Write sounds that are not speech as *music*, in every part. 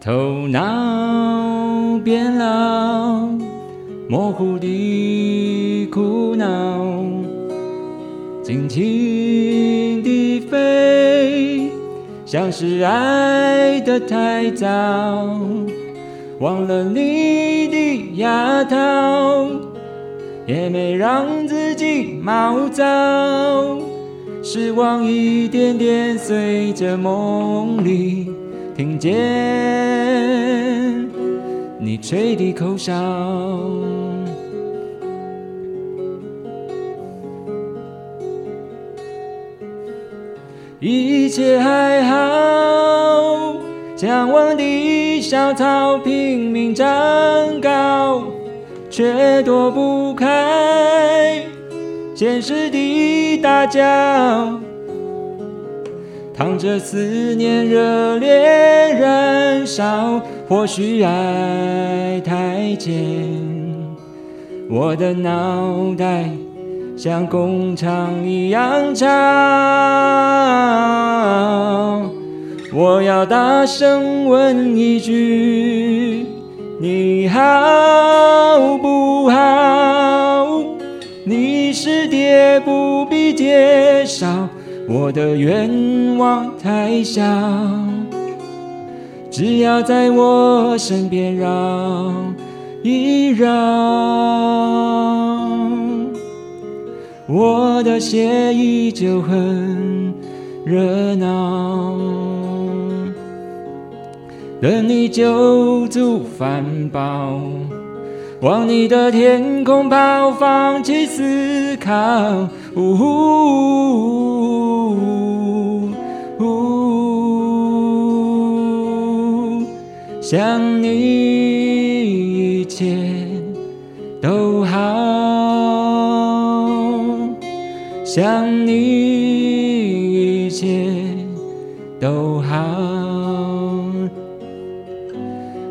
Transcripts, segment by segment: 头脑变老，模糊的苦恼，轻轻地飞，像是爱得太早，忘了你的牙套，也没让自己毛躁，失望一点点随着梦里。听见你吹的口哨，一切还好。向往的小草拼命长高，却躲不开现实的打搅。淌着思念，热烈燃烧。或许爱太浅，我的脑袋像工厂一样吵。我要大声问一句：你好不好？你是爹，不必介绍。我的愿望太小，只要在我身边绕一绕。我的血依旧很热闹，等你酒足饭饱，往你的天空跑，放弃思考。呜呼想你，一切都好。想你，一切都好。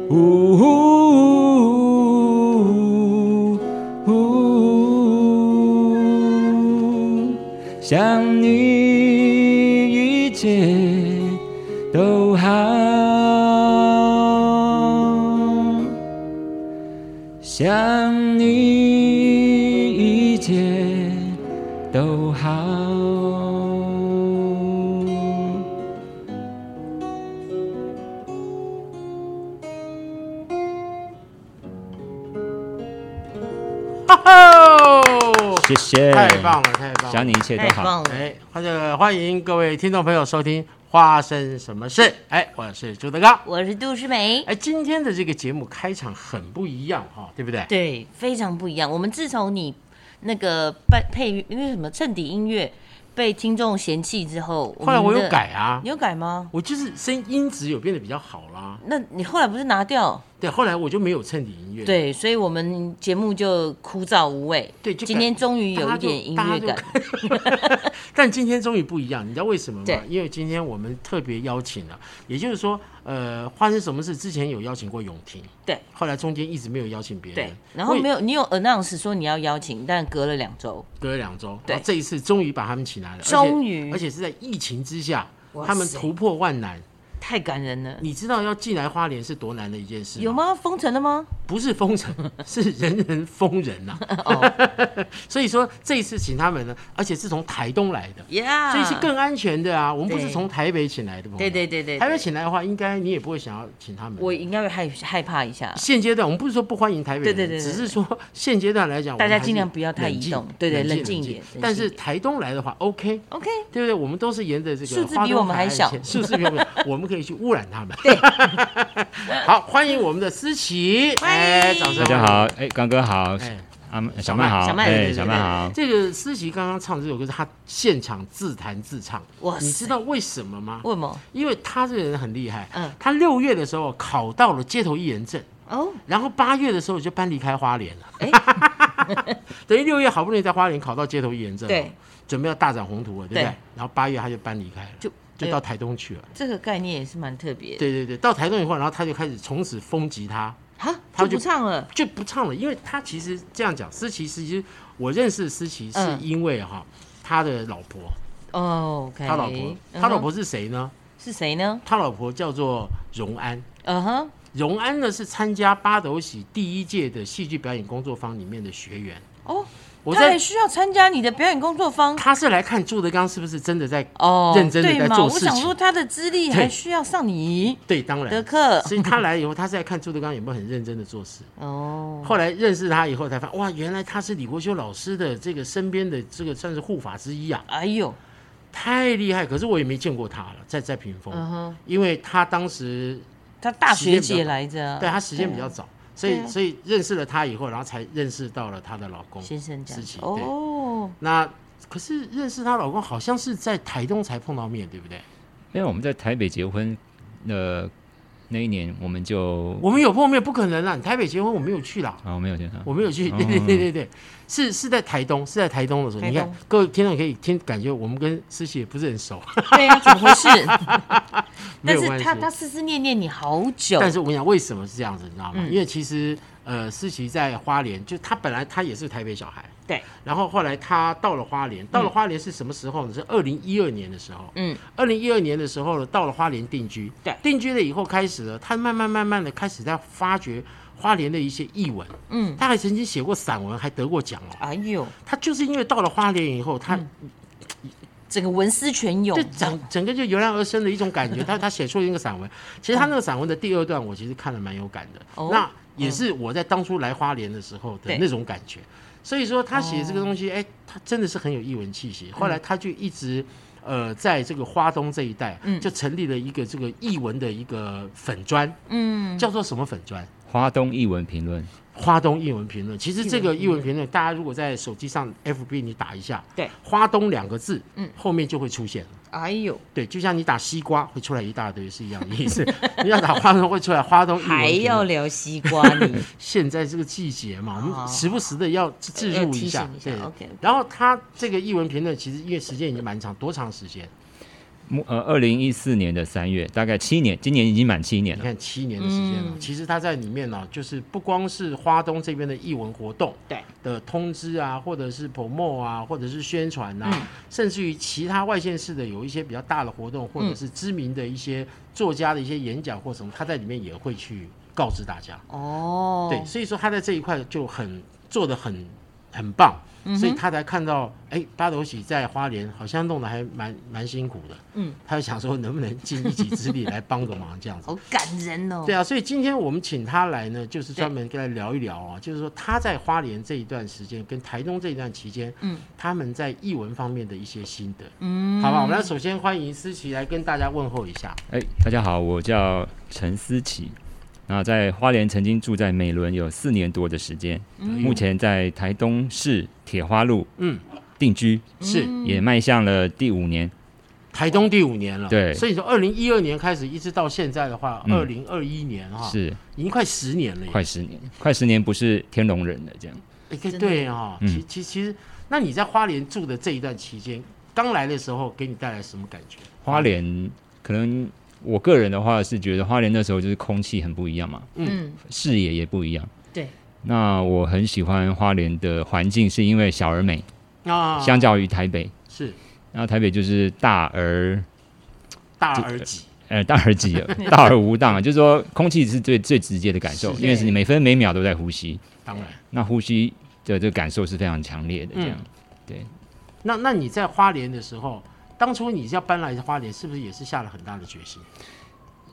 呜呼呼，想你，一切都好。想你，一切都好。哈哈，谢谢，太棒了，太棒了！想你一切都太好。棒了！哎，或者欢迎各位听众朋友收听《花生什么事》。哎，我是朱德刚。我是杜诗梅。哎，今天的这个节目开场很不一样哈、对不对？对，非常不一样。我们自从你那个配配乐，因为什么衬底音乐被听众嫌弃之后，后来我们的有，改啊你，有改吗？我就是声音质有变得比较好啦。那你后来不是拿掉？对，后来我就没有衬底音乐。对，所以我们节目就枯燥无味。对就今感天终于有大家一就点音大乐家感。就 *laughs* 但今天终于不一样，你知道为什么对吗？因为今天我们特别邀请了，也就是说，呃，发生什么事之前有邀请过永婷，对后来中间一直没有邀请别人，对，然后为没有，你有 announce 说你要邀请，但隔了两周。隔了两周，对然后这一次终于把他们请来了，而且终于而且是在疫情之下哇，塞他们突破万难。太感人了。你知道要进来花莲是多难的一件事？有？吗？封城了吗？不是封 *laughs* 城，是人人封人呐、哦 *laughs* 所以说这一次请他们呢，而且是从台东来的。 ，Yeah，所以是更安全的啊，我们不是啊对从台北请来的朋友对对对对对台北请来的话，应该你也不会想要请他们。我应该会害害怕一下。现阶段我们不是说不欢迎台北人，对对对对只是说现阶段来讲，大家我们还是尽量不要太移动冷静对对冷冷静一点冷静一点但是台东来的话，OK， OK，对不对？我们都是沿着这个数字比花东我们海还岸小线数字比我 *laughs* 们，我们可以去污染他们。 *laughs* 好，欢迎我们的思琪，欢迎哎，掌声！大家，好，哎，刚哥好，哎，阿曼小曼好，小曼对哎，对小对曼对好。这个思琪刚刚唱这首歌是她现场自弹自唱，哇塞你知道为什么吗？为什么？因为她这个人很厉害，嗯她六月的时候考到了街头艺人证，哦，然后八月的时候就搬离开花莲了，哎 *laughs* 等于六月好不容易在花莲考到街头艺人证，对，，准备要大展宏图了，对不对？对然后八月她就搬离开了，就呃就到台东去了。这个概念也是蛮特别的。对对对，到台东以后，然后他就开始从此封吉他，啊，他就就不唱了。就不唱了，因为他其实这样讲，思琪其实我认识思琪是嗯因为哈、他的老婆，哦，OK，他老婆，嗯哼他老婆是谁呢？是谁呢？他老婆叫做荣安，嗯哼，荣安呢是参加八斗喜第一届的戏剧表演工作坊里面的学员。哦，我他在还需要参加你的表演工作坊他是来看朱德刚是不是真的在哦，认真地对在嘛做我事想情说他的资历对还需要上你对，当然的课所以他来以后，他是在看朱德刚有没有很认真的做事。哦，后来认识他以后，才发现哇，原来他是李国修老师的这个身边的这个算是护法之一啊，哎呦，太厉害！可是我也没见过他了，在在屏风，嗯哼，因为他当时他大学时间比较姐早来着，对他时间比较早，所嗯对以啊所以认识了他以后，然后才认识到了她的老公嗯先生讲思琪。对，哦，那可是认识她老公好像是在台东才碰到面，对不对？因为我们在台北结婚，呃，那一年我们就我们有碰面，不可能啊啦！你台北结婚我没有去啦。啊，我没有见到，我没有去，哦对对对对对，是是在台东，是在台东的时候，台你东看各位听众可以听，感觉我们跟思琪也不是很 *laughs* 熟，对啊呀，怎么回事？ *laughs* 没但有是关系他。他思思念念你好久，但是我跟你讲，为什么是这样子，你知道吗？嗯因为其实呃，思琪在花莲，就她本来她也是台北小孩，对，然后后来她到了花莲，到了花莲是什么时候呢？是二零一二年的时候。嗯，二零一二年的时候呢，到了花莲定居，对定居了以后开始了，她慢慢慢慢的开始在发掘花莲的一些译文，嗯，她还曾经写过散文，还得过奖哦。哎呦，他就是因为到了花莲以后，嗯他整个文思泉涌就，整整个就油然而生的一种 *laughs* 感觉。他他写出了一个散文，其实他那个散文的第二段，我其实看了蛮有感的。哦那也是我在当初来花莲的时候的对哦那种感觉。所以说他写这个东西，哎、他真的是很有艺文气嗯息。后来他就一直。呃，在这个花东这一带，嗯就成立了一个这个译文的一个粉砖，嗯，叫做什么粉砖？华东译文评论，花东译文评论。其实这个译文评论，大家如果在手机上 FB 你打一下，对，花东两个字，嗯，后面就会出现了。哎呦，对，就像你打西瓜会出来一大堆是一样的意思。 *laughs* 你要打花东会出来花东译文评论还要聊西瓜 *laughs* 你，现在这个季节嘛，我哦们时不时的要置置入一下要提。醒对一下，OK，OK 然后他这个译文评论其实因为时间已经蛮长，多长时间？目呃，二零一四年的三月，大概七年，今年已经满七年你了。看七年的时间了、嗯其实他在里面呢、就是不光是花东这边的艺文活动对的通知啊，或者是 promo 啊，或者是宣传嗯啊、甚至于其他外县市的有一些比较大的活动，或者嗯是知名的一些作家的一些演讲或什么，他在里面也会去告知大家。哦，对，所以说他在这一块就很做的很很棒。嗯所以他才看到，哎、八斗喜在花莲好像弄得还蛮蛮辛苦的，嗯，他就想说能不能尽一己之力来帮个忙这样子。好感人哦，对啊，所以今天我们请他来呢，就是专门跟他聊一聊啊，就是说他在花莲这一段时间跟台东这一段期间，嗯，他们在译文方面的一些心得，嗯，好吧，我们来首先欢迎思琪来跟大家问候一下。哎，大家好，我叫陈思琪，那在花莲曾经住在美伦有四年多的时间，嗯呃目前在台东市铁花路嗯，定居，是也迈向了第五年。台东第五年了，对所以从二零一二年开始一直到现在的话，二嗯零二一年哈，是已经快十年了耶，快十年，快十年不是天龙人的这样。哎的对哈，嗯其其其实，那你在花莲住的这一段期间，刚来的时候给你带来什么感觉？花莲可能我个人的话是觉得花莲那时候就是空气很不一样嘛，嗯，视野也不一样。对，那我很喜欢花莲的环境，是因为小而美，啊，相较于台北，是然后台北就是大而大而己，呃大而 *laughs* 极，大而无当，就是说空气是最最直接的感受，是因为是你每分每秒都在呼吸，当然。那呼吸的这个感受是非常强烈的这样。嗯那那你在花莲的时候，当初你要搬来花莲，是不是也是下了很大的决心？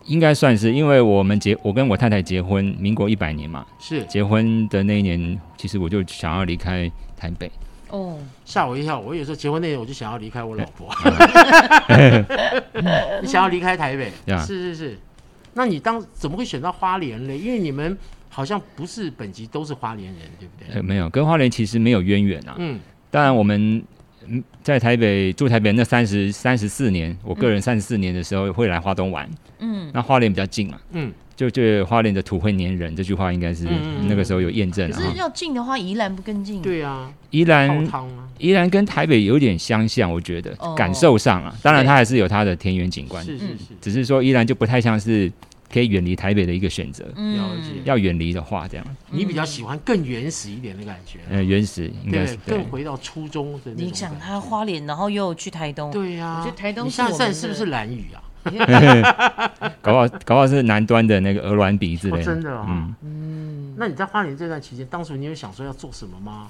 应该算是，因为我们结，我跟我太太结婚，民国一百年嘛，是结婚的那一年，其实我就想要离开台北，哦，吓我一跳。我有时候结婚那天我就想要离开我老婆，嗯 *laughs* 你想要离开 *laughs* 台北对啊，是是是。那你当怎么会选到花莲呢？因为你们好像不是本籍都是花莲人，对不对？呃，没有，跟花莲其实没有渊源啊。嗯，当然，我们嗯在台北住台北那三十三十四年，我个人嗯三十四年的时候会来花东玩，嗯，那花莲比较近嘛，嗯，就就花莲的土会粘人这句话应该是嗯嗯那个时候有验证可啊。是要进的话，宜兰不更嗯近，，对啊，宜泡兰汤啊，宜兰跟台北有点相像，我觉得、哦感受上啊，当然它还是有它的田园景观，是是是，只是说宜兰就不太像是可以远离台北的一个选择。嗯了解。要远离的话，这样，你比较喜欢更原始一点的感觉，呃，原始应该对是，更回到初中的那你种想感他花莲，然后又去台东觉。，对呀、我觉得台东你是下我站们是不的是蓝雨啊？搞不好搞不好是南端的那个鹅銮鼻之类哦真的哦嗯，那你在花莲这段期间，当初你有想说要做什么吗？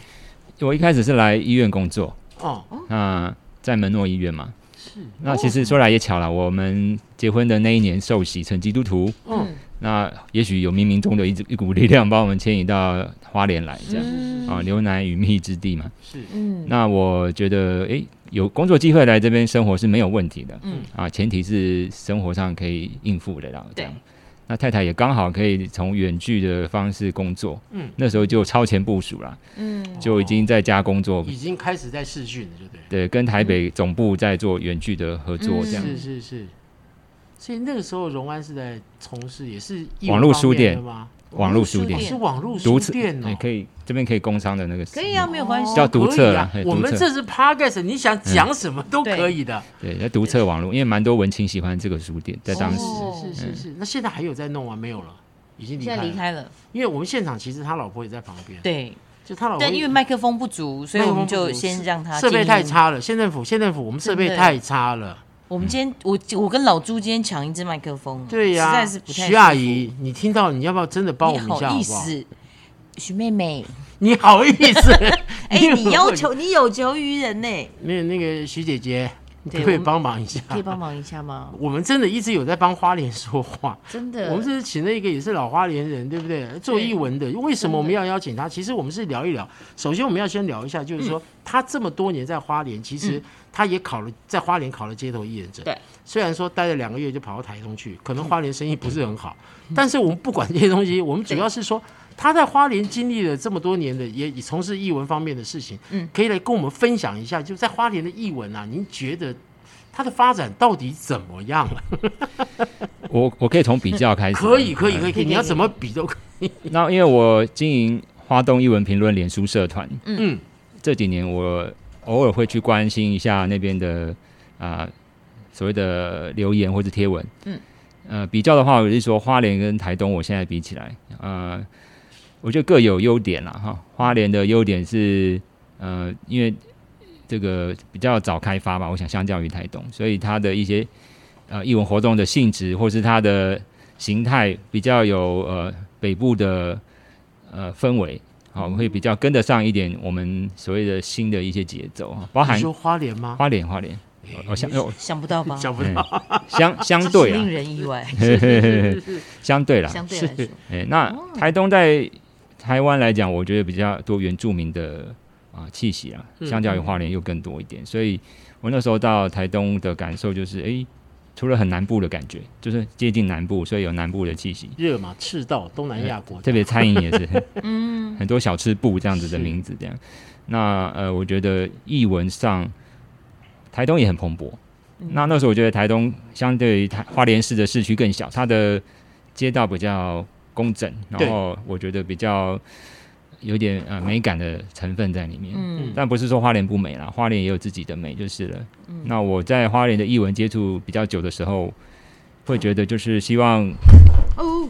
我一开始是来医院工作，哦，那在门诺医院嘛。是。那其实说来也巧了，我们结婚的那一年受洗成基督徒，嗯，那也许有冥冥中的一支一股力量把我们牵引到花莲来，这样啊，嗯牛奶与蜜之地嘛。是嗯那我觉得，诶，有工作机会来这边生活是没有问题的，嗯啊，前提是生活上可以应付的啦。这样对，那太太也刚好可以从远距的方式工作，嗯那时候就超前部署啦，嗯就已经在家工作，已经开始在试训了，对不对？对，跟台北总部在做远距的合作，这样。嗯是是是。所以那个时候，荣安是在从事也是艺文网络方书面店的吗？网络书店哦、是网络书读册店哦哎，可以这边可以工商的那个，可以啊，，没有关系。叫读册可以啦啊嘿，我读们册这是 podcast，你想讲什么都对可以的。对，在读册网络，因为蛮多文青喜欢这个书店，在当时，哦是是是嗯是。那现在还有在弄吗？没有了，已经离现开在了。离开了，因为我们现场其实他老婆也在旁边，，对，就他老婆但因为麦克风不足，所以我们就先让他设备静音太。差了，县政府县政府我们设备真的太差了，我们今天我我跟老朱今天抢一支麦克风，对呀、实在是不太。徐阿，姨，你听到你要不要真的帮我你们一下好好意不好？思，徐妹妹，你好意思？ *laughs* *laughs* 哎，你要求你有求于人呢，那那个徐姐姐，你可对不可以我们帮忙一下？ *laughs* 可以帮忙一下 *laughs* 吗？我们真的一直有在帮花莲说话，真我的们，这是请了一个也是老花莲人，对不对？做译文的，为什么我们要邀请他？其实我们是聊一聊。首先，我们要先聊一下，就是说、嗯他这么多年在花莲，其实他也考了在花莲考了街头艺人证。对，嗯虽然说待了两个月就跑到台东去，可能花莲生意不是很好，但是我们不管这些东西，我们主要是说他在花莲经历了这么多年的，也也从事译文方面的事情，嗯，可以来跟我们分享一下，就在花莲的译文啊，您觉得它的发展到底怎么样了？我我可以从比较开始，可以，可以，可以，可以，嗯你要怎么比都可以。那因为我经营花东译文评论脸书社团，嗯，这几年我偶尔会去关心一下那边的啊、所谓的留言或者贴文，嗯，呃，比较的话，我是说花莲跟台东，我现在比起来，呃，我觉得各有优点啦哈。花莲的优点是，呃，因为这个比较早开发吧，我想相较于台东，所以它的一些呃艺文活动的性质或是它的形态比较有呃北部的呃氛围，好、会比较跟得上一点我们所谓的新的一些节奏啊，包含你说花莲吗？花莲花莲，我哦我相我嗯想不到吧？想不到，相相这对是令啊，人意 *laughs* 外， *laughs* 相对啦，相哦对来说，哎、那台东在台湾来讲，我觉得比较多原住民的啊气息啦，相较于花莲又更多一点。所以我那时候到台东的感受就是，哎、除了很南部的感觉，就是接近南部，所以有南部的气息。热嘛，赤道，东南亚国家，呃特别餐饮也是， *laughs* 嗯，很多小吃部这样子的名字这样。那呃，我觉得译文上，台东也很蓬勃。嗯那那时候我觉得台东相对于台花莲市的市区更小，它的街道比较工整，对然后我觉得比较有点呃美感的成分在里面。嗯但不是说花莲不美啦，花莲也有自己的美就是了。那我在花莲的译文接触比较久的时候，会觉得就是希望哦，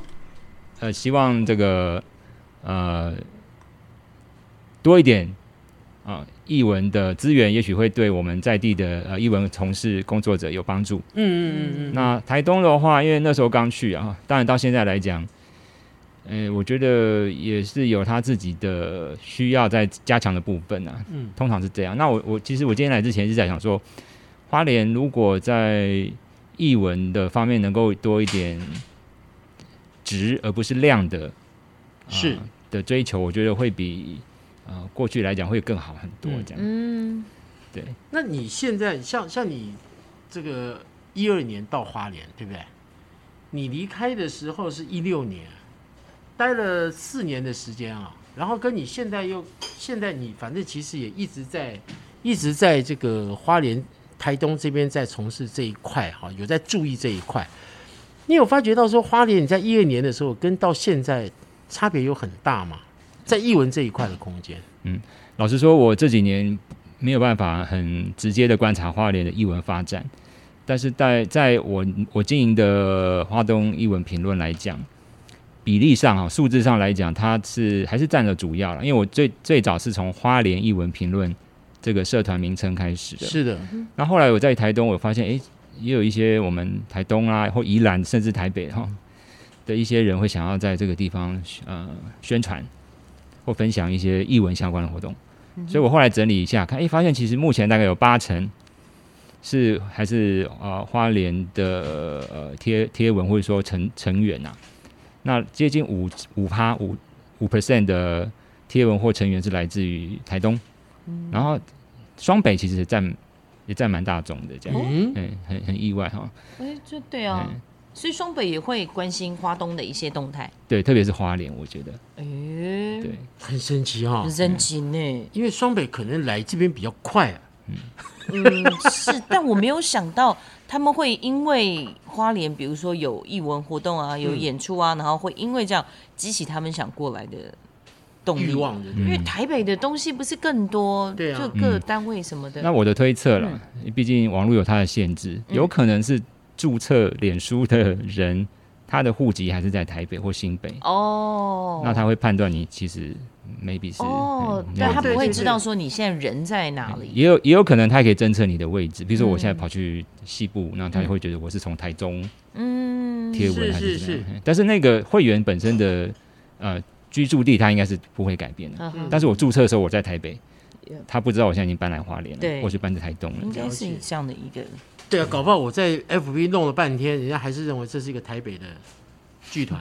呃，希望这个呃多一点嗯啊，译、文的资源，也许会对我们在地的呃译文从事工作者有帮助。嗯嗯嗯嗯，那台东的话，因为那时候刚去啊，当然到现在来讲，呃，我觉得也是有他自己的需要在加强的部分啊。嗯，通常是这样。那我我其实我今天来之前是在想说，花莲如果在译文的方面能够多一点值而不是量的，呃是的追求，我觉得会比呃过去来讲会更好很多。这样、嗯，对。那你现在像像你这个一二年到花莲，对不对？你离开的时候是一六年，待了四年的时间啊，然后跟你现在又现在你反正其实也一直在一直在这个花莲台东这边在从事这一块哈、有在注意这一块。你有发觉到说花莲你在一二年的时候跟到现在差别有很大吗？在译文这一块的空间，老实说，我这几年没有办法很直接的观察花莲的译文发展，但是在在我我经营的花东译文评论来讲，比例上哈数字上来讲，它是还是占了主要了。因为我最最早是从花莲译文评论这个社团名称开始的，是的，那后来我在台东，我发现诶，也有一些我们台东啊，或宜兰，甚至台北哈、的一些人会想要在这个地方呃宣传或分享一些译文相关的活动。所以我后来整理一下，看诶，发现其实目前大概有八成是还是呃花莲的呃贴贴文或者说成成员呐、那接近五五趴五五 percent 的贴文或成员是来自于台东，然后双北其实也占也占蛮大众的这样。嗯，嗯，很很意外哈。哎，这对啊，所以双北也会关心花东的一些动态。对，特别是花莲，我觉得哎，对，很神奇哈、很神奇呢。因为双北可能来这边比较快啊，嗯，是， *laughs* 但我没有想到他们会因为花莲，比如说有艺文活动啊，有演出啊，然后会因为这样激起他们想过来的动欲力。望的。因为台北的东西不是更多，对啊就各单位什么的。那我的推测啦，嗯毕竟网络有它的限制，有可能是注册脸书的人，他的户籍还是在台北或新北，哦，那他会判断你其实 maybe 是哦，嗯对他没不有会对知道说你现在人在哪里。也有也有可能他也可以侦测你的位置，比如说我现在跑去西部，那他会觉得我是从台中嗯，贴文是还是是怎么样？但是那个会员本身的呃居住地，他应该是不会改变的。嗯哼但是我注册的时候我在台北 Yeah，他不知道我现在已经搬来花莲对了，或是搬到台东了应嗯这该样。是这样的一个对啊，搞不好我在 FB 弄了半天，人家还是认为这是一个台北的剧团。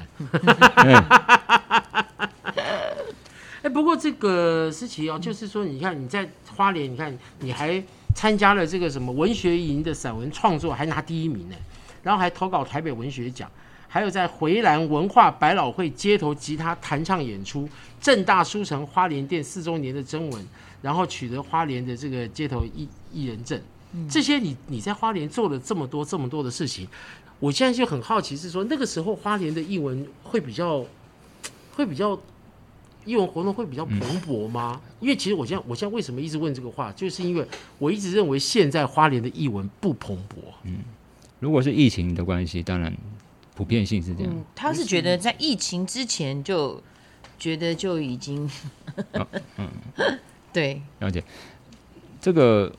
哎，不过这个思琪哦，就是说，你看你在花莲，你看你还参加了这个什么文学营的散文创作，还拿第一名呢，然后还投稿台北文学奖，还有在回兰文化百老汇街头吉他弹唱演出，正大书城花莲店四周年的征文，然后取得花莲的这个街头艺艺人证。这些你你在花莲做了这么多这么多的事情，我现在就很好奇，是说那个时候花莲的艺文会比较会比较艺文活动会比较蓬嗯勃吗？因为其实我现在我现在为什么一直问这个话，就是因为我一直认为现在花莲的艺文不蓬勃，如果是疫情的关系，当然普遍性是这样。嗯，他是觉得在疫情之前就觉得就已经，嗯 *laughs* 对了解这个，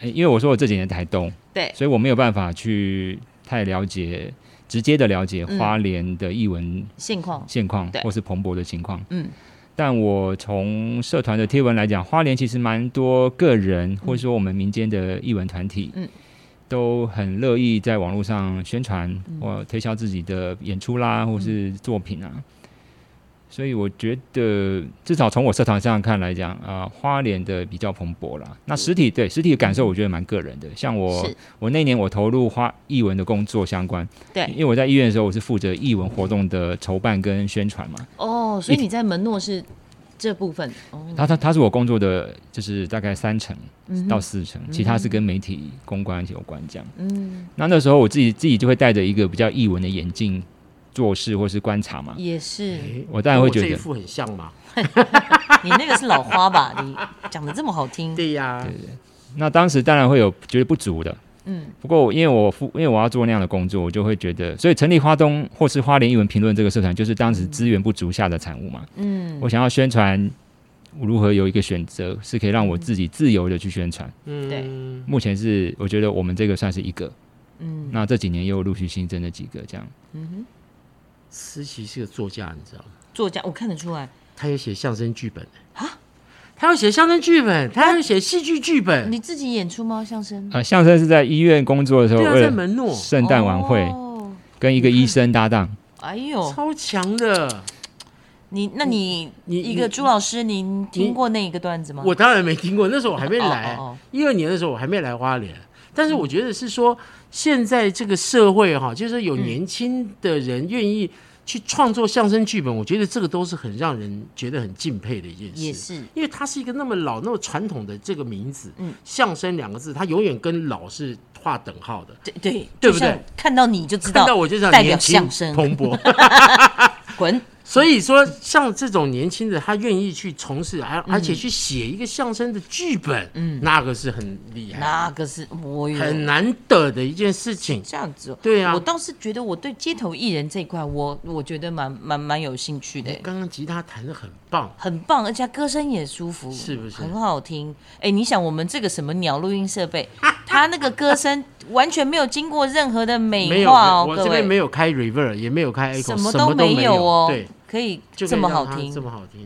诶因为我说我这几年在台东，对，所以我没有办法去太了解。直接的了解花莲的译文现况现况，对或是蓬勃的情况。嗯，但我从社团的贴文来讲，花莲其实蛮多个人，或者说我们民间的艺文团体，嗯，都很乐意在网络上宣传嗯或推销自己的演出啦，或是作品啊。所以我觉得，至少从我社团上看来讲，啊、花莲的比较蓬勃啦。那实体对实体的感受，我觉得蛮个人的。像我嗯是，我那年我投入花艺文的工作相关，因对为我在医院的时候，我是负责艺文活动的筹办跟宣传嘛。哦，所以你在门诺是这部分哦，嗯他他他是我工作的，就是大概三成到四成，其他是跟媒体公关有关这样。嗯，那那时候我自己自己就会戴着一个比较译文的眼镜做事或是观察嘛。*laughs* 也是，我哎当然会觉跟我这得，一副很像嘛。你那个是老花吧？你讲的这么好听，对呀、那当时当然会有觉得不足的。嗯，不过因为我负，因为我要做那样的工作，我就会觉得，所以成立花东或是花莲译文评论这个社团，就是当时资源不足下的产物嘛。嗯我想要宣传我如何有一个选择，是可以让我自己自由的去宣传。嗯，目前是我觉得我们这个算是一个，嗯那这几年又陆续新增了几个这样。嗯思琪是个作家，你知道吗？哼，作家我看得出来，他也写相声剧本啊，他要写相声剧本，他要写戏剧剧本，你自己演出吗？相声？呃，相声是在医院工作的时候，对啊，为在了门诺，圣诞晚会哦跟一个医生搭 *laughs* 档，哎呦，超强的。你那你你你一个朱老师，您听过那一个段子吗？我当然没听过，那时候我还没来哦哦哦，一二、年的时候我还没来花莲。但是我觉得是说，现在这个社会哈、就是有年轻的人愿意去创作相声剧本，我觉得这个都是很让人觉得很敬佩的一件事。也是，因为它是一个那么老、那么传统的这个名字，嗯相声两个字，它永远跟老是划等号的。对对对就不对像看到你就知道，看到我就想代年 *laughs* 表轻相声。蓬勃，滚！所以说，像这种年轻的，他愿意去从事，而而嗯且去写一个相声的剧本，嗯，那个是很厉害、那个是我有很难得的一件事情。这样子哦。对啊我倒是觉得我对街头艺人这一块，我我觉得蛮蛮蛮有兴趣的，刚刚吉他弹的很棒，很棒，而且歌声也舒服，是不是很好听？哎，你想我们这个什么鸟录音设备，它那个歌声完全没有经过 *laughs* 任何的没美有，化哦，我各这边位，没有开 reverb，也没有开 echo，什什么都没有哦，对，可以就可以这么让好它听这，么好听。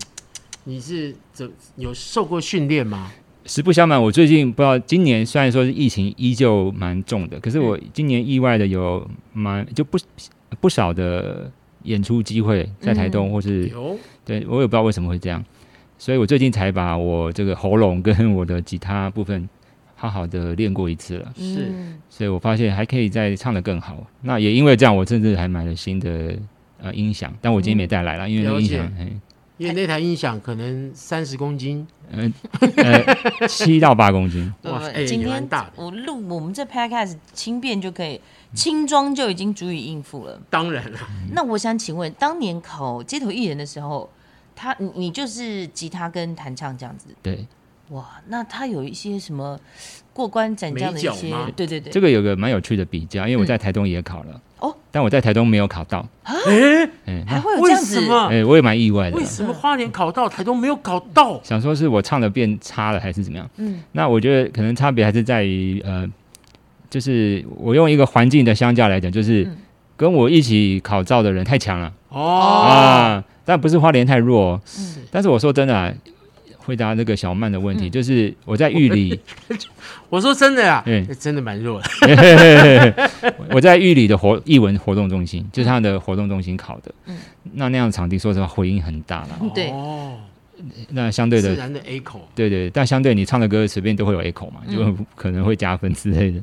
你是怎有受过训练吗？实不相瞒，我最近不知道，今年虽然说是疫情依旧蛮重的，可是嗯我今年意外的有蛮就不不少的演出机会在台嗯东，或是有，对我也不知道为什么会这样，所以我最近才把我这个喉咙跟我的吉他部分好好的练过一次了，是嗯所以我发现还可以再唱得更好。那也因为这样，我甚至还买了新的呃音响，但我今天没带来了，因为那个音响了嗯因为那台音响可能三十公斤，呃七到八公斤，对哇不对哎今也蛮天大的我录我们这 podcast 轻便就可以，轻装就已经足以应付了。当然了，那我想请问，当年考街头艺人的时候，他你你就是吉他跟弹唱这样子，对。哇，那他有一些什么过关斩将的一美些角吗，对对对，这个有个蛮有趣的比较，因为我在台东也考了，哦，但我在台东没有考到， *laughs* 哎，嗯，啊还会有这为样什子，哎、么？我也蛮意外的啊为，什么花莲考到台东没有考到？想说是我唱的变差了还是怎么样？嗯，那我觉得可能差别还是在于，呃，就是我用一个环境的相较来讲，就是嗯跟我一起考照的人太强了、哦，啊，但不是花莲太弱哦，是但是我说真的、啊。回答那个小曼的问题，嗯就是我在玉 *laughs* 里，我说真的啊，嗯哎真的蛮弱的。我在玉里的活艺文活动中心，就是他的活动中心考的。嗯那那样的场地，说实话回音很大了。对哦，那相对自啊的然的 A 口对对，但相对你唱的歌随便都会有 echo 嘛，嗯就可能会加分之类 *laughs* 的。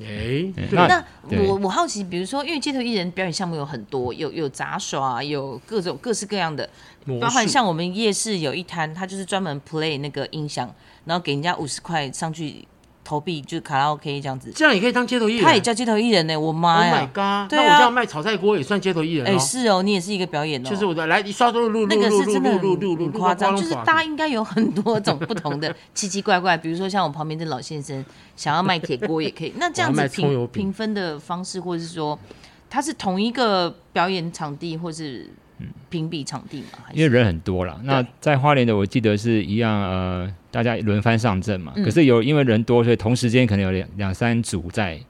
哎，嗯对那那对我我好奇，比如说，因为街头艺人表演项目有很多，有有杂耍，有各种各式各样的，魔包含术像我们夜市有一摊，他就是专门 play 那个音响，然后给人家五十块上去投币，就是卡拉 OK 这样子。这样也可以当街头艺人。啊他也叫街头艺人呢、我 Oh 妈 my 呀！ god！对那啊我这样卖炒菜锅也算街头艺人哎、哦。是哦，你也是一个表演哦，就是我的来一刷都录录那个录是录真的录录很录录很夸张，录就是大家应该有很多种不同的奇奇怪怪，比如说像我旁边这老先生想要卖铁锅也可以，那这样我要子卖葱油饼评评分的方式，或者是说它是同一个表演场地，或是评比场地嘛？还是因为人很多啦，那在花莲的我记得是一样，呃，大家轮番上阵嘛。嗯可是有因为人多，所以同时间可能有两两三组在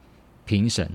评审。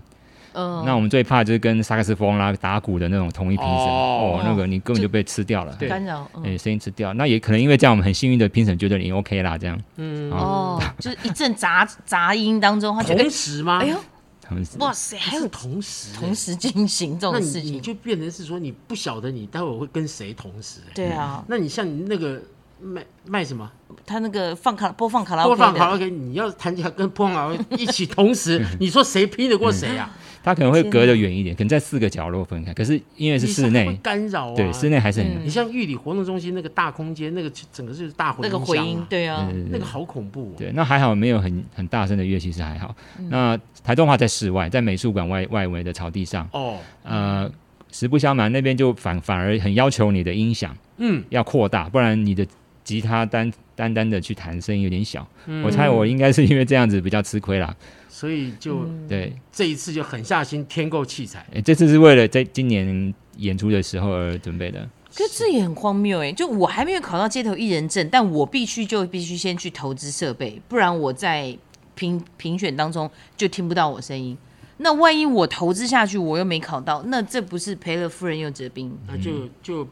嗯那我们最怕就是跟萨克斯风啦、打鼓的那种同一评审，哦哦那个你根本就被吃掉了，对干扰，嗯哎，声音吃掉。那也可能因为这样，我们很幸运的评审觉得你 OK 啦，这样，嗯，啊哦，就是一阵杂杂音当中，他觉得同时啊吗？哎呦，他们是哇塞，还还有有同时欸，同时进行这那种你事你情，就变成是说你不晓得你待会会跟谁同时欸。对啊，那你像你那个卖卖什么他那个放卡播放卡拉嗯播 OK 放卡拉的， OK，你要弹起来跟播放卡拉 OK 一起同 *laughs* 时，你说谁拼得过谁啊？他可能会天隔得哪远一点，可能在四个角落分开。可是因为哎是你室会内，干扰啊。对，室内还是很嗯你像玉里活动中心那个大空间，那个整个就是大回那个响回啊音，，对啊，那个好恐怖哦。对，那还好没有很很大声的乐器是还好。那台中话在室外，在美术馆外外围的草地上，哦，呃，实不相瞒，那边就反反而很要求你的音响嗯，要扩大，不然你的吉他单单单的去弹声音有点小。我猜我应该是因为这样子比较吃亏啦。所以就嗯对，这一次就狠下心添购器材。诶这次是为了在今年演出的时候而准备的。可是这也很荒谬哎、就我还没有考到街头艺人证，但我必须就必须先去投资设备，不然我在评评选当中就听不到我声音。那万一我投资下去，我又没考到，那这不是赔了夫人又 *laughs* 折兵？那就就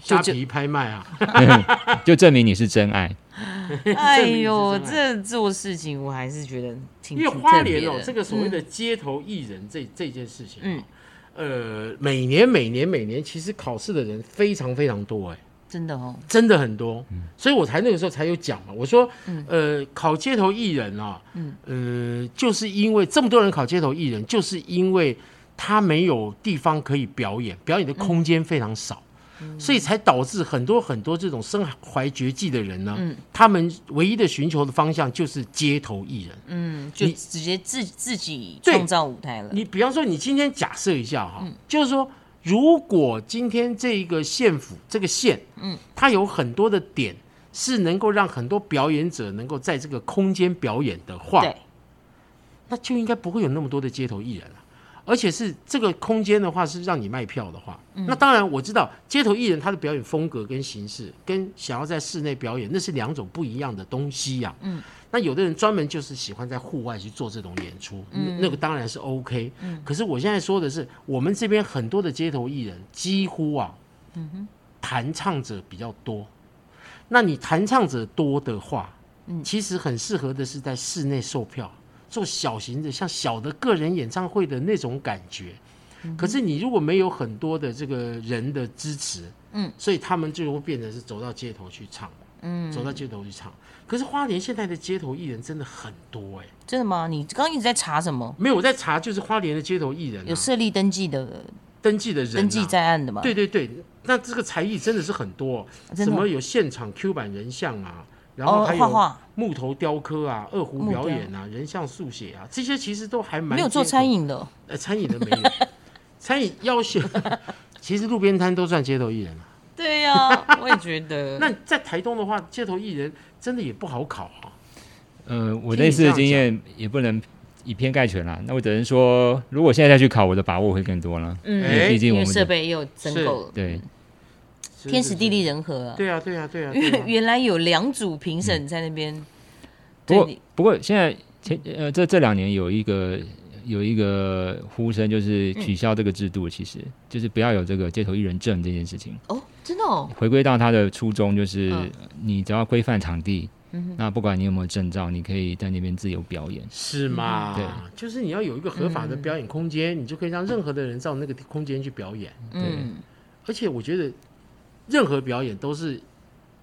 虾嗯就皮拍卖啊，就证明你是真爱。哎明是呦，真这做事情我还是觉得挺因为挺花特别莲哦的，这个所谓的街头艺人这这件事情，哦嗯，呃，每年每年每年，其实考试的人非常非常多，哎，真的哦，真的很多，所以我才那个时候才有讲嘛，我说，呃，考街头艺人啊，呃，就是因为这么多人考街头艺人，就是因为他没有地方可以表演，表演的空间非常少。所以才导致很多很多这种身怀绝技的人呢，他们唯一的寻求的方向就是街头艺人。嗯，就你直接自自己对创造舞台了。嗯你比方说，你今天假设一下哈，就是说，如果今天这一个县府这个县，嗯，它有很多的点是能够让很多表演者能够在这个空间表演的话，对，那就应该不会有那么多的街头艺人了、而且是这个空间的话，是让你卖票的话，那当然我知道街头艺人他的表演风格跟形式，跟想要在室内表演那是两种不一样的东西呀、嗯，那有的人专门就是喜欢在户外去做这种演出，那那个当然是 OK。可是我现在说的是，我们这边很多的街头艺人几乎啊，弹唱者比较多。那你弹唱者多的话，其实很适合的是在室内售票，做小型的，像小的个人演唱会的那种感觉。嗯可是你如果没有很多的这个人的支持，嗯，所以他们就会变成是走到街头去唱，嗯，走到街头去唱。可是花莲现在的街头艺人真的很多哎、真的吗？你刚刚一直在查什么？没有我在查，就是花莲的街头艺人、啊、有设立登记的登记的人、啊，登记在案的吗？对对对，那这个才艺真的是很多哦，真的什么有现场 Q 版人像啊，然哦后还画画有木头雕刻啊、二胡表演啊、人像速写啊，这些其实都还蛮没有做接餐口，饮的，呃，餐饮的没有，餐饮要求， *laughs* 其实路边摊都算街头艺人啊。对 *laughs* 呀、我也觉得。那在台东的话，街头艺人真的也不好考啊。呃，我听类你似这的样经验也不能以偏概全啦。那我只能说，如果现在再去考，我的把握会更多了。嗯因为哎毕竟因我为们设的备也有增购了，对是天时地。利是是人和、啊。对啊，对啊，对啊。因对为啊 *laughs* 嗯原来有两组评审在那边，不对过你不过现在前呃这这两年有一个有一个呼声，就是取消这个制度，其实、就是不要有这个街头艺人证这件事情，哦，真的哦，回归到它的初衷，就是嗯你只要规范场地，那不管你有没有证照，你可以在那边自由表演。是嘛？嗯对就是你要有一个合法的表演空间，你就可以让任何的人到那个空间去表演。嗯，而且我觉得，任何表演都是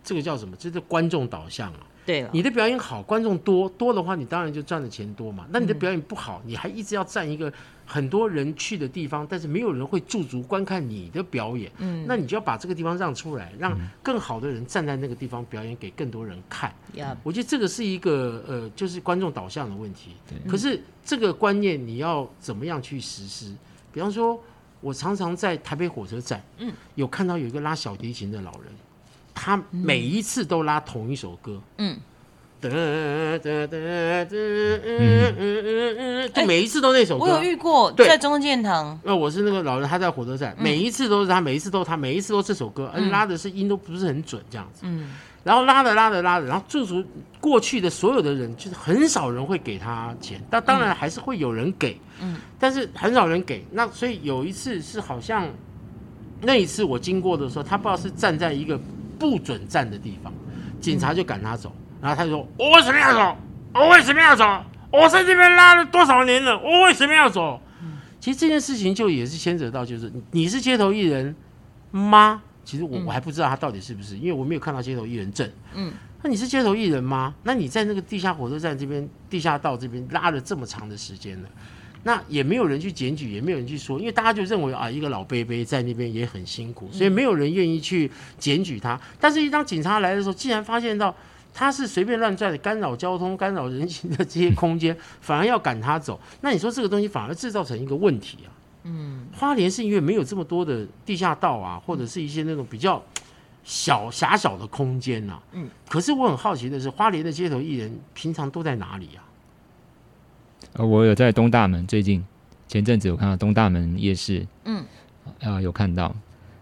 这个叫什么？这是观众导向啊。对了，你的表演好，观众多多的话，你当然就赚的钱多嘛。那你嗯的表演不好，你还一直要占一个很多人去的地方，但是没有人会驻足观看你的表演。嗯，那你就要把这个地方让出来，让更好的人站在那个地方表演给更多人看。呀，我觉得这个是一个呃，就是观众导向的问题。嗯可是这个观念你要怎么样去实施？比方说，我常常在台北火车站，嗯，有看到有一个拉小提琴的老人，他每一次都拉同一首歌，嗯。哒哒哒哒，嗯就每一次都那首歌。我有遇过对在中正纪念堂，那我是那个老人，他在火车站，每一次都是他，每一次都是他，每一次都这首歌，而且拉的是音都不是很准这样子。嗯，然后拉着拉着拉着，然后驻足过去的所有的人，就是很少人会给他钱，但当然还是会有人给，嗯，嗯但是很少人给。那所以有一次是好像那一次我经过的时候，他不知道是站在一个不准站的地方，警察就赶他走，嗯然后他就说：“我为什么要走？我为什么要走？我在这边拉了多少年了，我为什么要走？”其实这件事情就也是牵扯到，就是你你是街头艺人吗？其实我我还不知道他到底是不是，因为我没有看到街头艺人证。嗯，那你是街头艺人吗？那你在那个地下火车站这边、地下道这边拉了这么长的时间了。那也没有人去检举，也没有人去说，因为大家就认为啊，一个老伯伯在那边也很辛苦，所以没有人愿意去检举他。但是，一当警察来的时候，竟然发现到他是随便乱拽的，干扰交通、干扰人行的这些空间，反而要赶他走。那你说这个东西反而制造成一个问题啊？嗯，花莲是因为没有这么多的地下道啊，或者是一些那种比较小狭小的空间呐、嗯，可是我很好奇的是，花莲的街头艺人平常都在哪里啊？呃，我有在东大门最近前阵子有看到东大门夜市，嗯，啊、有看到。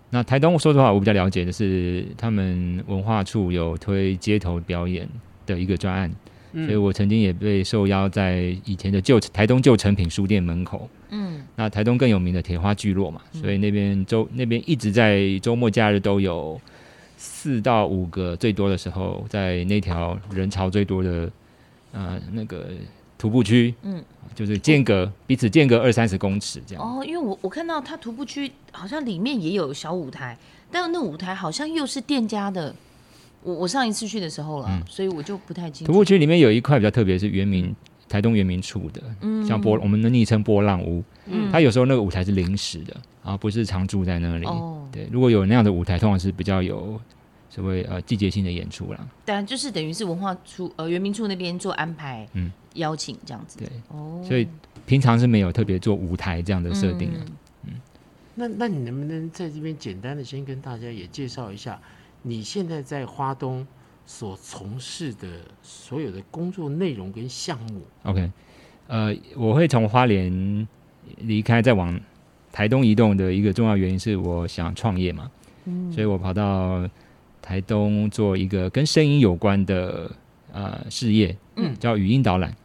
那台东说实话，我比较了解的是他们文化处有推街头表演的一个专案，嗯所以我曾经也被受邀在以前的旧台东旧成品书店门口。嗯，那台东更有名的铁花聚落嘛，所以那边周那边一直在周末假日都有四到五个，最多的时候在那条人潮最多的呃那个徒步区，嗯，就是间隔彼此间隔二三十公尺这样。哦，因为我我看到他徒步区好像里面也有小舞台，但那舞台好像又是店家的。我我上一次去的时候了，所以我就不太嗯清徒楚。嗯步区里面有一块比较特别，是原民台东原民处的，像波我们的昵称波浪屋，嗯它有时候那个舞台是临时的，啊，不是常驻在那里。哦，对，如果有那样的舞台，通常是比较有所谓呃季节性的演出啦。当然就是等于是文化处呃原民处那边做安排，嗯邀请这样子。对，啊哦，嗯所以平常是没有特别做舞台这样的设定的。那那你能不能在这边简单的先跟大家也介绍一下，你现在在花东所从事的所有的工作内容跟项目？ OK，呃，我会从花莲离开，再往台东移动的一个重要原因是我想创业嘛，所以我跑到台东做一个跟声音有关的呃事业，嗯叫语音导览。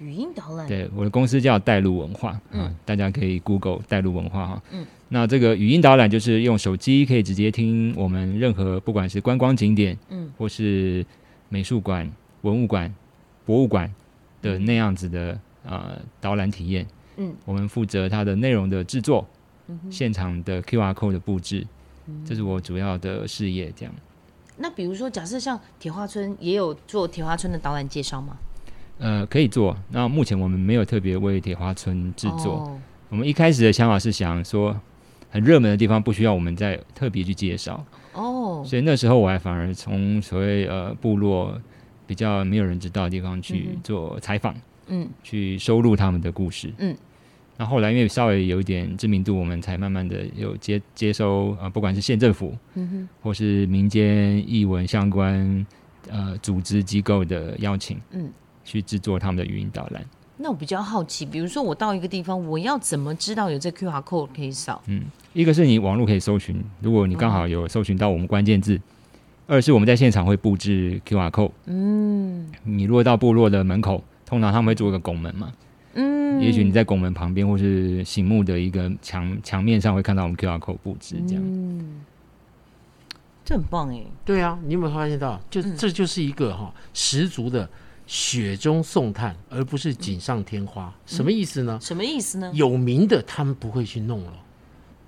语音导览，对，我的公司叫带路文化，啊、嗯大家可以 Google 带路文化哈。嗯，那这个语音导览就是用手机可以直接听我们任何不管是观光景点，嗯，或是美术馆、文物馆、博物馆的那样子的呃导览体验。嗯，我们负责它的内容的制作，现场的 QR code 的布置，嗯这是我主要的事业。这样，那比如说，假设像铁花村也有做铁花村的导览介绍吗？呃，可以做。那目前我们没有特别为铁花村制作。哦我们一开始的想法是想说，很热门的地方不需要我们再特别去介绍，哦，所以那时候我还反而从所谓呃部落比较没有人知道的地方去做采访，嗯，去收录他们的故事，嗯。那后来因为稍微有一点知名度，我们才慢慢的有接接收呃，不管是县政府，嗯、或是民间艺文相关呃组织机构的邀请，嗯，去制作他们的语音导览。那我比较好奇，比如说我到一个地方，我要怎么知道有这 QR code 可以扫？嗯一个是你网络可以搜寻，如果你刚好有搜寻到我们关键字；二是我们在现场会布置 QR code。嗯，你如果到部落的门口，通常他们会做一个拱门嘛，嗯，也许你在拱门旁边或是醒目的一个墙墙面上会看到我们 QR code 布置这样。这很棒哎，对啊，你有没有发现到？就、这就是一个哈、十足的雪中送炭，而不是锦上添花。什么意思呢？什么意思呢？有名的他们不会去弄了。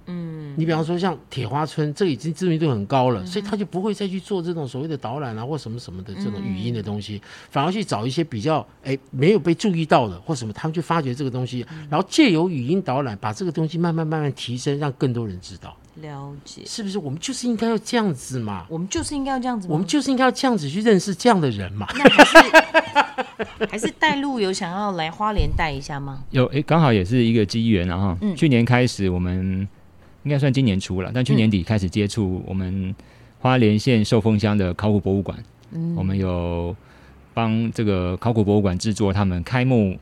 嗯，你比方说像铁花村，这已经知名度很高了，所以他就不会再去做这种所谓的导览啊或什么什么的这种语音的东西，反而去找一些比较哎没有被注意到的或什么，他们去发掘这个东西，然后借由语音导览把这个东西慢慢慢慢提升，让更多人知道，了解，是不是？我们就是应该要这样子嘛，我们就是应该要这样子吗？我们就是应该要这样子去认识这样的人嘛。那还是 *laughs* 还是带路有想要来花莲带一下吗？有诶，刚好也是一个机缘然后嗯去年开始，我们应该算今年初了，嗯但去年底开始接触我们花莲县寿丰乡的考古博物馆，嗯我们有帮这个考古博物馆制作他们开幕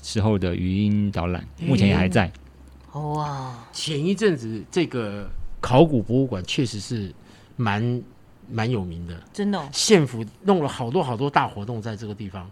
时候的语音导览，嗯目前也还在。哦哇， *laughs* 前一阵子这个考古博物馆确实是蛮蛮有名的。真的、哦，县府弄了好多好多大活动在这个地方，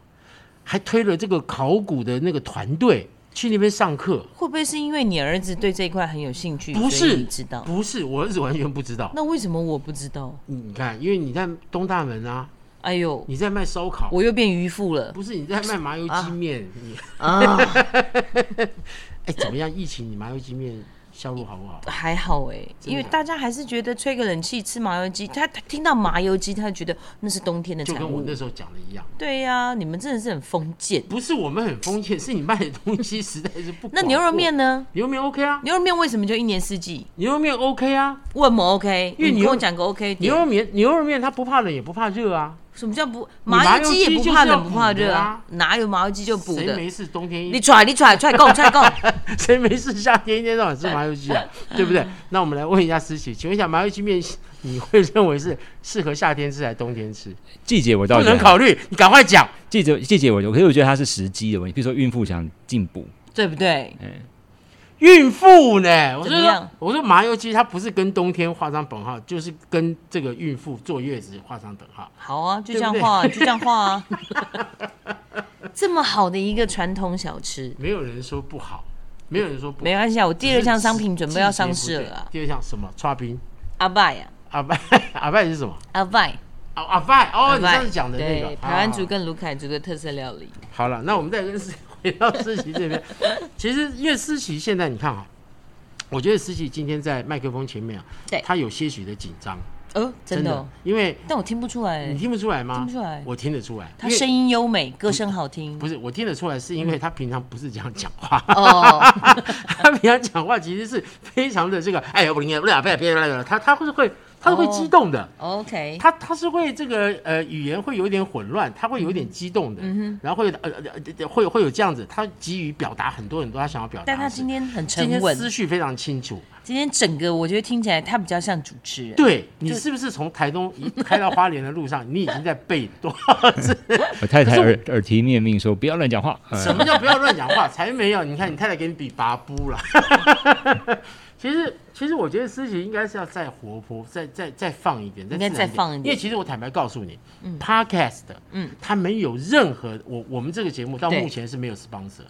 还推了这个考古的那个团队去那边上课。会不会是因为你儿子对这一块很有兴趣，不所以是，你知道？不是，我儿子完全不知道。那为什么我不知道？你看，因为你在东大门啊，哎呦，你在卖烧烤，我又变渔夫了不是你在卖麻油鸡面。你 *laughs* 啊！ *laughs* 哎，怎么样？疫情你麻油鸡面销路好不 *laughs* 好？还好哎、因为大家还是觉得吹个冷气吃麻油鸡，他他听到麻油鸡，他就觉得那是冬天的就产跟我物那。时候讲的一样，对呀、你们真的是很封建。不是我们很封建， *laughs* 是你卖的东西实在是不。那牛肉面，呢？牛肉面 OK 啊，牛肉面为什么就一年四季？牛肉面 OK 啊，问么 OK？因为你牛跟我讲个 OK 点牛肉面牛肉面它不怕冷也不怕热啊。什么叫不你麻麻油油鸡也鸡不就怕是要冷不怕补的热啊？哪有麻油鸡就补谁的？没事冬天一你踹你踹踹够踹够， *laughs* 谁没事夏天一天到晚吃麻油鸡啊？ *laughs* 对不对？那我们来问一下思琪，请问一下麻油鸡面，你会认为是适合夏天吃还是冬天吃？季节我倒不觉能得考虑，你赶快讲。季节季节我就，可是我觉得它是时机的问题，比如说孕妇想进 *laughs* 补，对不对？哎嗯，孕妇呢？我怎么说样我说麻油鸡它不是跟冬天画上等号，就是跟这个孕妇坐月子画上等号。好啊，就对这不样对画啊，就这样 *laughs* 画啊。这么好的一个传统小吃，没有人说不好，没有人说不好。没关系啊，我第二项商品准备要上市季节不了对啊，第二项什么？刨冰。阿拜啊，阿拜 *laughs* 阿拜是什么？阿拜，阿阿拜哦，阿你拜上次讲的那个对，台啊湾族跟卢凯族的特色料理，好了，那我们再跟思 *laughs* 回到思琪 *laughs* 这边。其实因为思琪现在你看啊，我觉得思琪今天在麦克风前面啊对，她有些许的紧张，哦，真的哦，因为但我听不出来你，听不出来吗？听不出来我听得出来。他因为声音优美，歌声好听不是我听得出来，是因为他平常不是这样讲话， *laughs* 哦，他平常讲话其实是非常的这个，哎呀，我不灵不了，不了，不了，不了，他他会会，他是哦会激动的。 OK，他他是会这个呃语言会有一点混乱，他会有一嗯点激动的，然后会有呃呃呃会会有这样子，他急于表达很多很多他想要表达的但事。他今天很今沉天稳，思绪非常清楚，今天整个我觉得听起来他比较像主持人。对你是不是从台东一开到花莲的路上，你已经在背多少次？我太太耳耳提面命说不要乱讲话。呃什么叫不要乱讲话？才没有！你看你太太给你比拔步了。 *laughs* 其实，其实我觉得思琪应该是要再活泼，再再再放一点，应该自然再放一点因为其实我坦白告诉你、p o d c a s t 嗯，它没有任何我我们这个节目到对目前是没有 sponsor。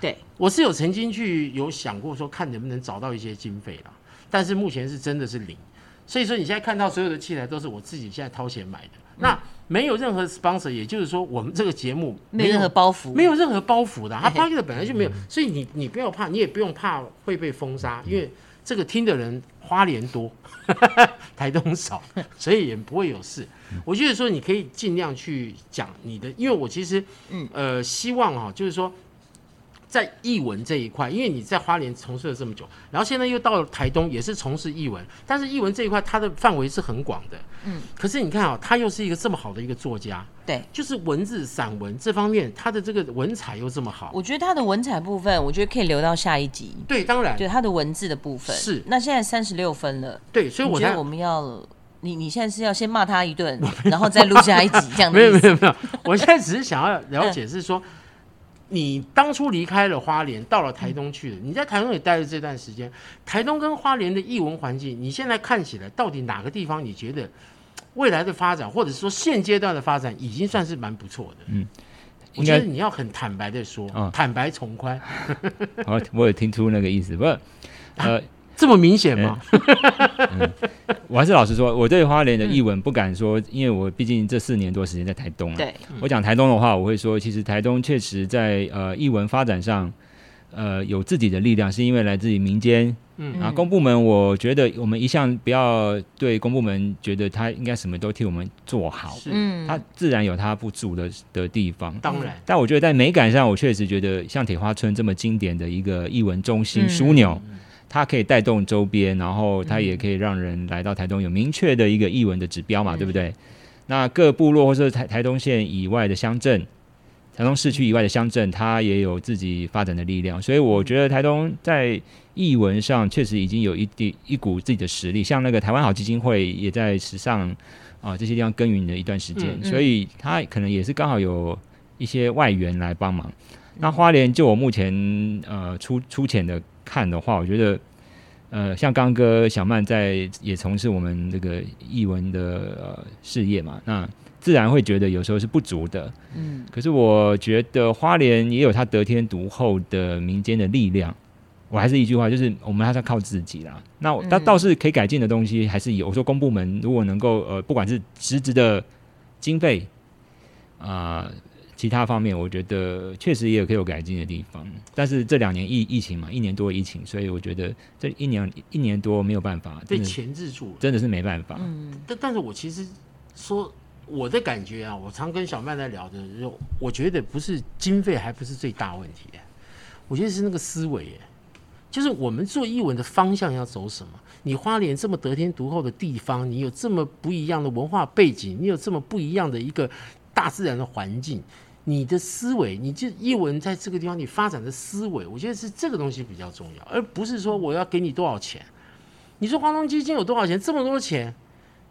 对，我是有曾经去有想过说看能不能找到一些经费啦，但是目前是真的是零，所以说你现在看到所有的器材都是我自己现在掏钱买的，嗯那没有任何 sponsor，也就是说我们这个节目没有任何包袱，没有任何包袱 *laughs* 的啊，它 p o c 嘿嘿 k e t 本来就没有，所以你你不要怕，你也不用怕会被封杀，因为这个听的人花莲多， *laughs* 台东 *laughs* 少，所以也不会有事。我觉得说你可以尽量去讲你的，因为我其实嗯呃希望啊，就是说。在译文这一块，因为你在花莲从事了这么久，然后现在又到了台东，也是从事译文，但是译文这一块它的范围是很广的。嗯，可是你看啊、他又是一个这么好的一个作家，对。就是文字散文这方面，他的这个文采又这么好。我觉得他的文采部分，我觉得可以留到下一集，对，当然就他的文字的部分。是那现在三十六分了，对，所以你我觉才得我们要你你现在是要先骂他一 *laughs* 顿，然后再录下一集这样的没有意没思？有没有，我 *laughs* 现在只是想要了解是说，你当初离开了花莲，到了台东去了，你在台东也待了这段时间，台东跟花莲的译文环境，你现在看起来到底哪个地方你觉得嘖未来的发展，或者说现阶段的发展，已经算是蛮不错的？嗯，我应觉该得你要很坦白的说，啊坦白从宽，呃好，我有听出那个意思，不过呃，这么明显吗？哎我还是老实说，我对花莲的译文不敢说，因为我毕竟这四年多时间在台东、啊。对，我讲台东的话，我会说，其实台东确实在呃译文发展上，呃有自己的力量，是因为来自于民间。嗯啊，公部门，我觉得我们一向不要对公部门觉得他应该什么都替我们做好，是，嗯，他自然有他不足的的地方。当然，但我觉得在美感上，我确实觉得像铁花村这么经典的一个艺文中心嗯枢纽，它可以带动周边，然后它嗯也可以让人来到台东有明确的一个艺文的指标嘛，对不对？那各部落或是台台东县以外的乡镇。台东市区以外的乡镇，它也有自己发展的力量，所以我觉得台东在艺文上确实已经有一地一股自己的实力。像那个台湾好基金会也在时尚啊、这些地方耕耘了一段时间，嗯嗯所以它可能也是刚好有一些外援来帮忙。那花莲就我目前呃粗粗浅的看的话，我觉得呃像刚哥小曼在也从事我们这个译文的呃事业嘛，那自然会觉得有时候是不足的。嗯可是我觉得花莲也有它得天独厚的民间的力量。我还是一句话，就是我们还是要靠自己啦。那我嗯但倒是可以改进的东西还是有。我说公部门如果能够呃，不管是实质的经费啊、其他方面，我觉得确实也有可以有改进的地方。但是这两年疫疫情嘛，一年多疫情，所以我觉得这一年一年多没有办法，被真的是钳制住了。真的是没办法。嗯但但是我其实说我的感觉啊，我常跟小曼在聊的时候，我觉得不是经费还不是最大问题，我觉得是那个思维耶，就是我们做译文的方向要走什么。你花莲这么得天独厚的地方，你有这么不一样的文化背景，你有这么不一样的一个大自然的环境。你的思维，你就译文在这个地方你发展的思维，我觉得是这个东西比较重要，而不是说我要给你多少钱。你说华东基金有多少钱？这么多钱，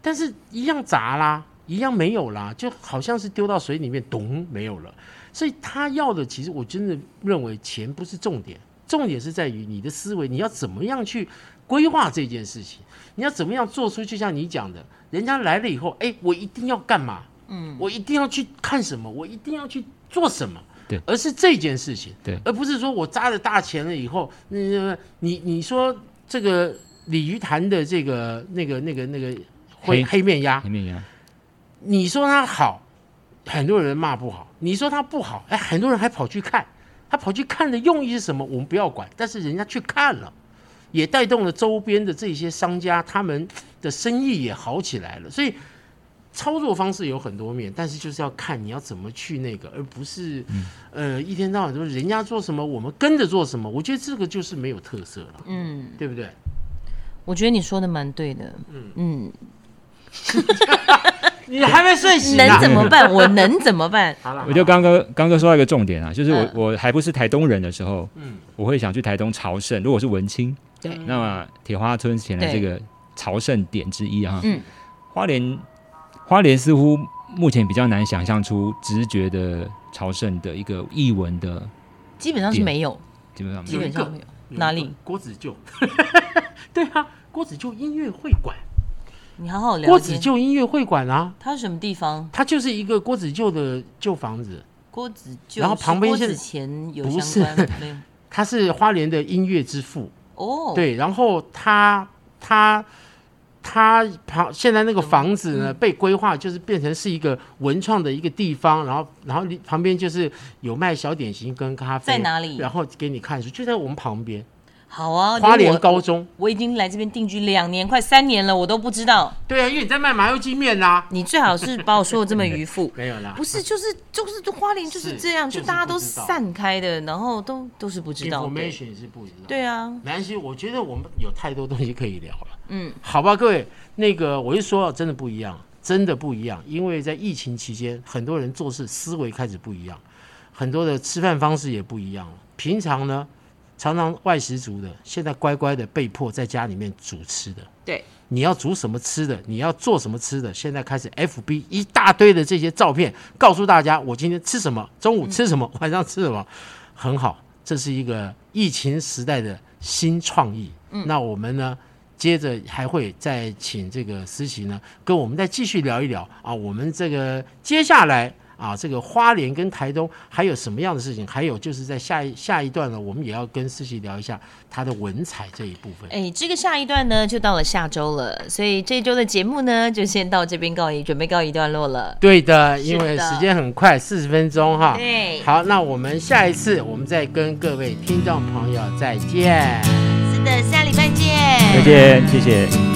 但是一样砸啦，一样没有啦，就好像是丢到水里面，咚，没有了。所以他要的，其实我真的认为钱不是重点，重点是在于你的思维，你要怎么样去规划这件事情，你要怎么样做出，就像你讲的，人家来了以后，哎，我一定要干嘛？嗯，我一定要去看什么，我一定要去做什么。对而是这件事情，对而不是说我扎了大钱了以后，嗯，你你说这个鲤鱼潭的这个那个那个那个黑灰黑面鸭，前面一样，你说它好，很多人骂不好；你说它不好，哎，很多人还跑去看。他跑去看的用意是什么，我们不要管，但是人家去看了，也带动了周边的这些商家，他们的生意也好起来了。所以操作方式有很多面，但是就是要看你要怎么去那个，而不是、嗯呃一天到晚说人家做什么，我们跟着做什么。我觉得这个就是没有特色了，嗯，对不对？我觉得你说的蛮对的。嗯 *laughs* 你还没睡醒啊能？怎么 *laughs* 办？我能怎么办？好了，我就刚刚刚刚说到一个重点啊，就是我、嗯我还不是台东人的时候，嗯我会想去台东朝圣。如果我是文青，对那么铁花村显然是个朝圣点之一啊。嗯，花莲花莲似乎目前比较难想象出直觉的朝圣的一个译文的，基本上是没有，基本上没基有。本上没有。有一个哪里？郭子旧， *laughs* 对啊，郭子旧音乐会馆，你好好郭了子解。旧音乐会馆啊，它是什么地方？它就是一个郭子旧的旧房子，郭子就然后旁边是现在郭子乾有不是相关没有？他是花莲的音乐之父，哦，，对，然后他他他旁现在那个房子嗯呢、被规划，就是变成是一个文创的一个地方，然后然后你旁边就是有卖小点心跟咖啡，在哪里然后给你看书，就在我们旁边，好啊，花连莲我高中。我已经来这边定居两年，快三年了，我都不知道。对啊，因为你在卖麻油鸡面啦、你最好是把我说的这么 *laughs*，迂腐没有啦不，是，就是就是花莲就是是这样，就就是大家不都知道散开的，然后都都是不知道的。 information 是不一样。，对啊，没关系，我觉得我们有太多东西可以聊了。嗯，好吧，各位，那个我就说，真的不一样，真的不一样，因为在疫情期间，很多人做事思维开始不一样，很多的吃饭方式也不一样了。平常呢，常常外食族的，现在乖乖的被迫在家里面煮吃的。对，你要煮什么吃的，你要做什么吃的，现在开始 FB 一大堆的这些照片，告诉大家我今天吃什么，中午吃什么，晚上吃什么，很好，这是一个疫情时代的新创意。嗯，那我们呢，接着还会再请这个思琪呢，跟我们再继续聊一聊啊，我们这个接下来。啊，这个花莲跟台东还有什么样的事情？还有就是在下一下一段呢，我们也要跟思琪聊一下她的文采这一部分。哎，这个下一段呢就到了下周了，所以这周的节目呢就先到这边告一，准备告一段落了。对的，是因为的时间很快，四十分钟哈。对好，那我们下一次我们再跟各位听众朋友再见。是的，下礼拜见，再见，谢谢。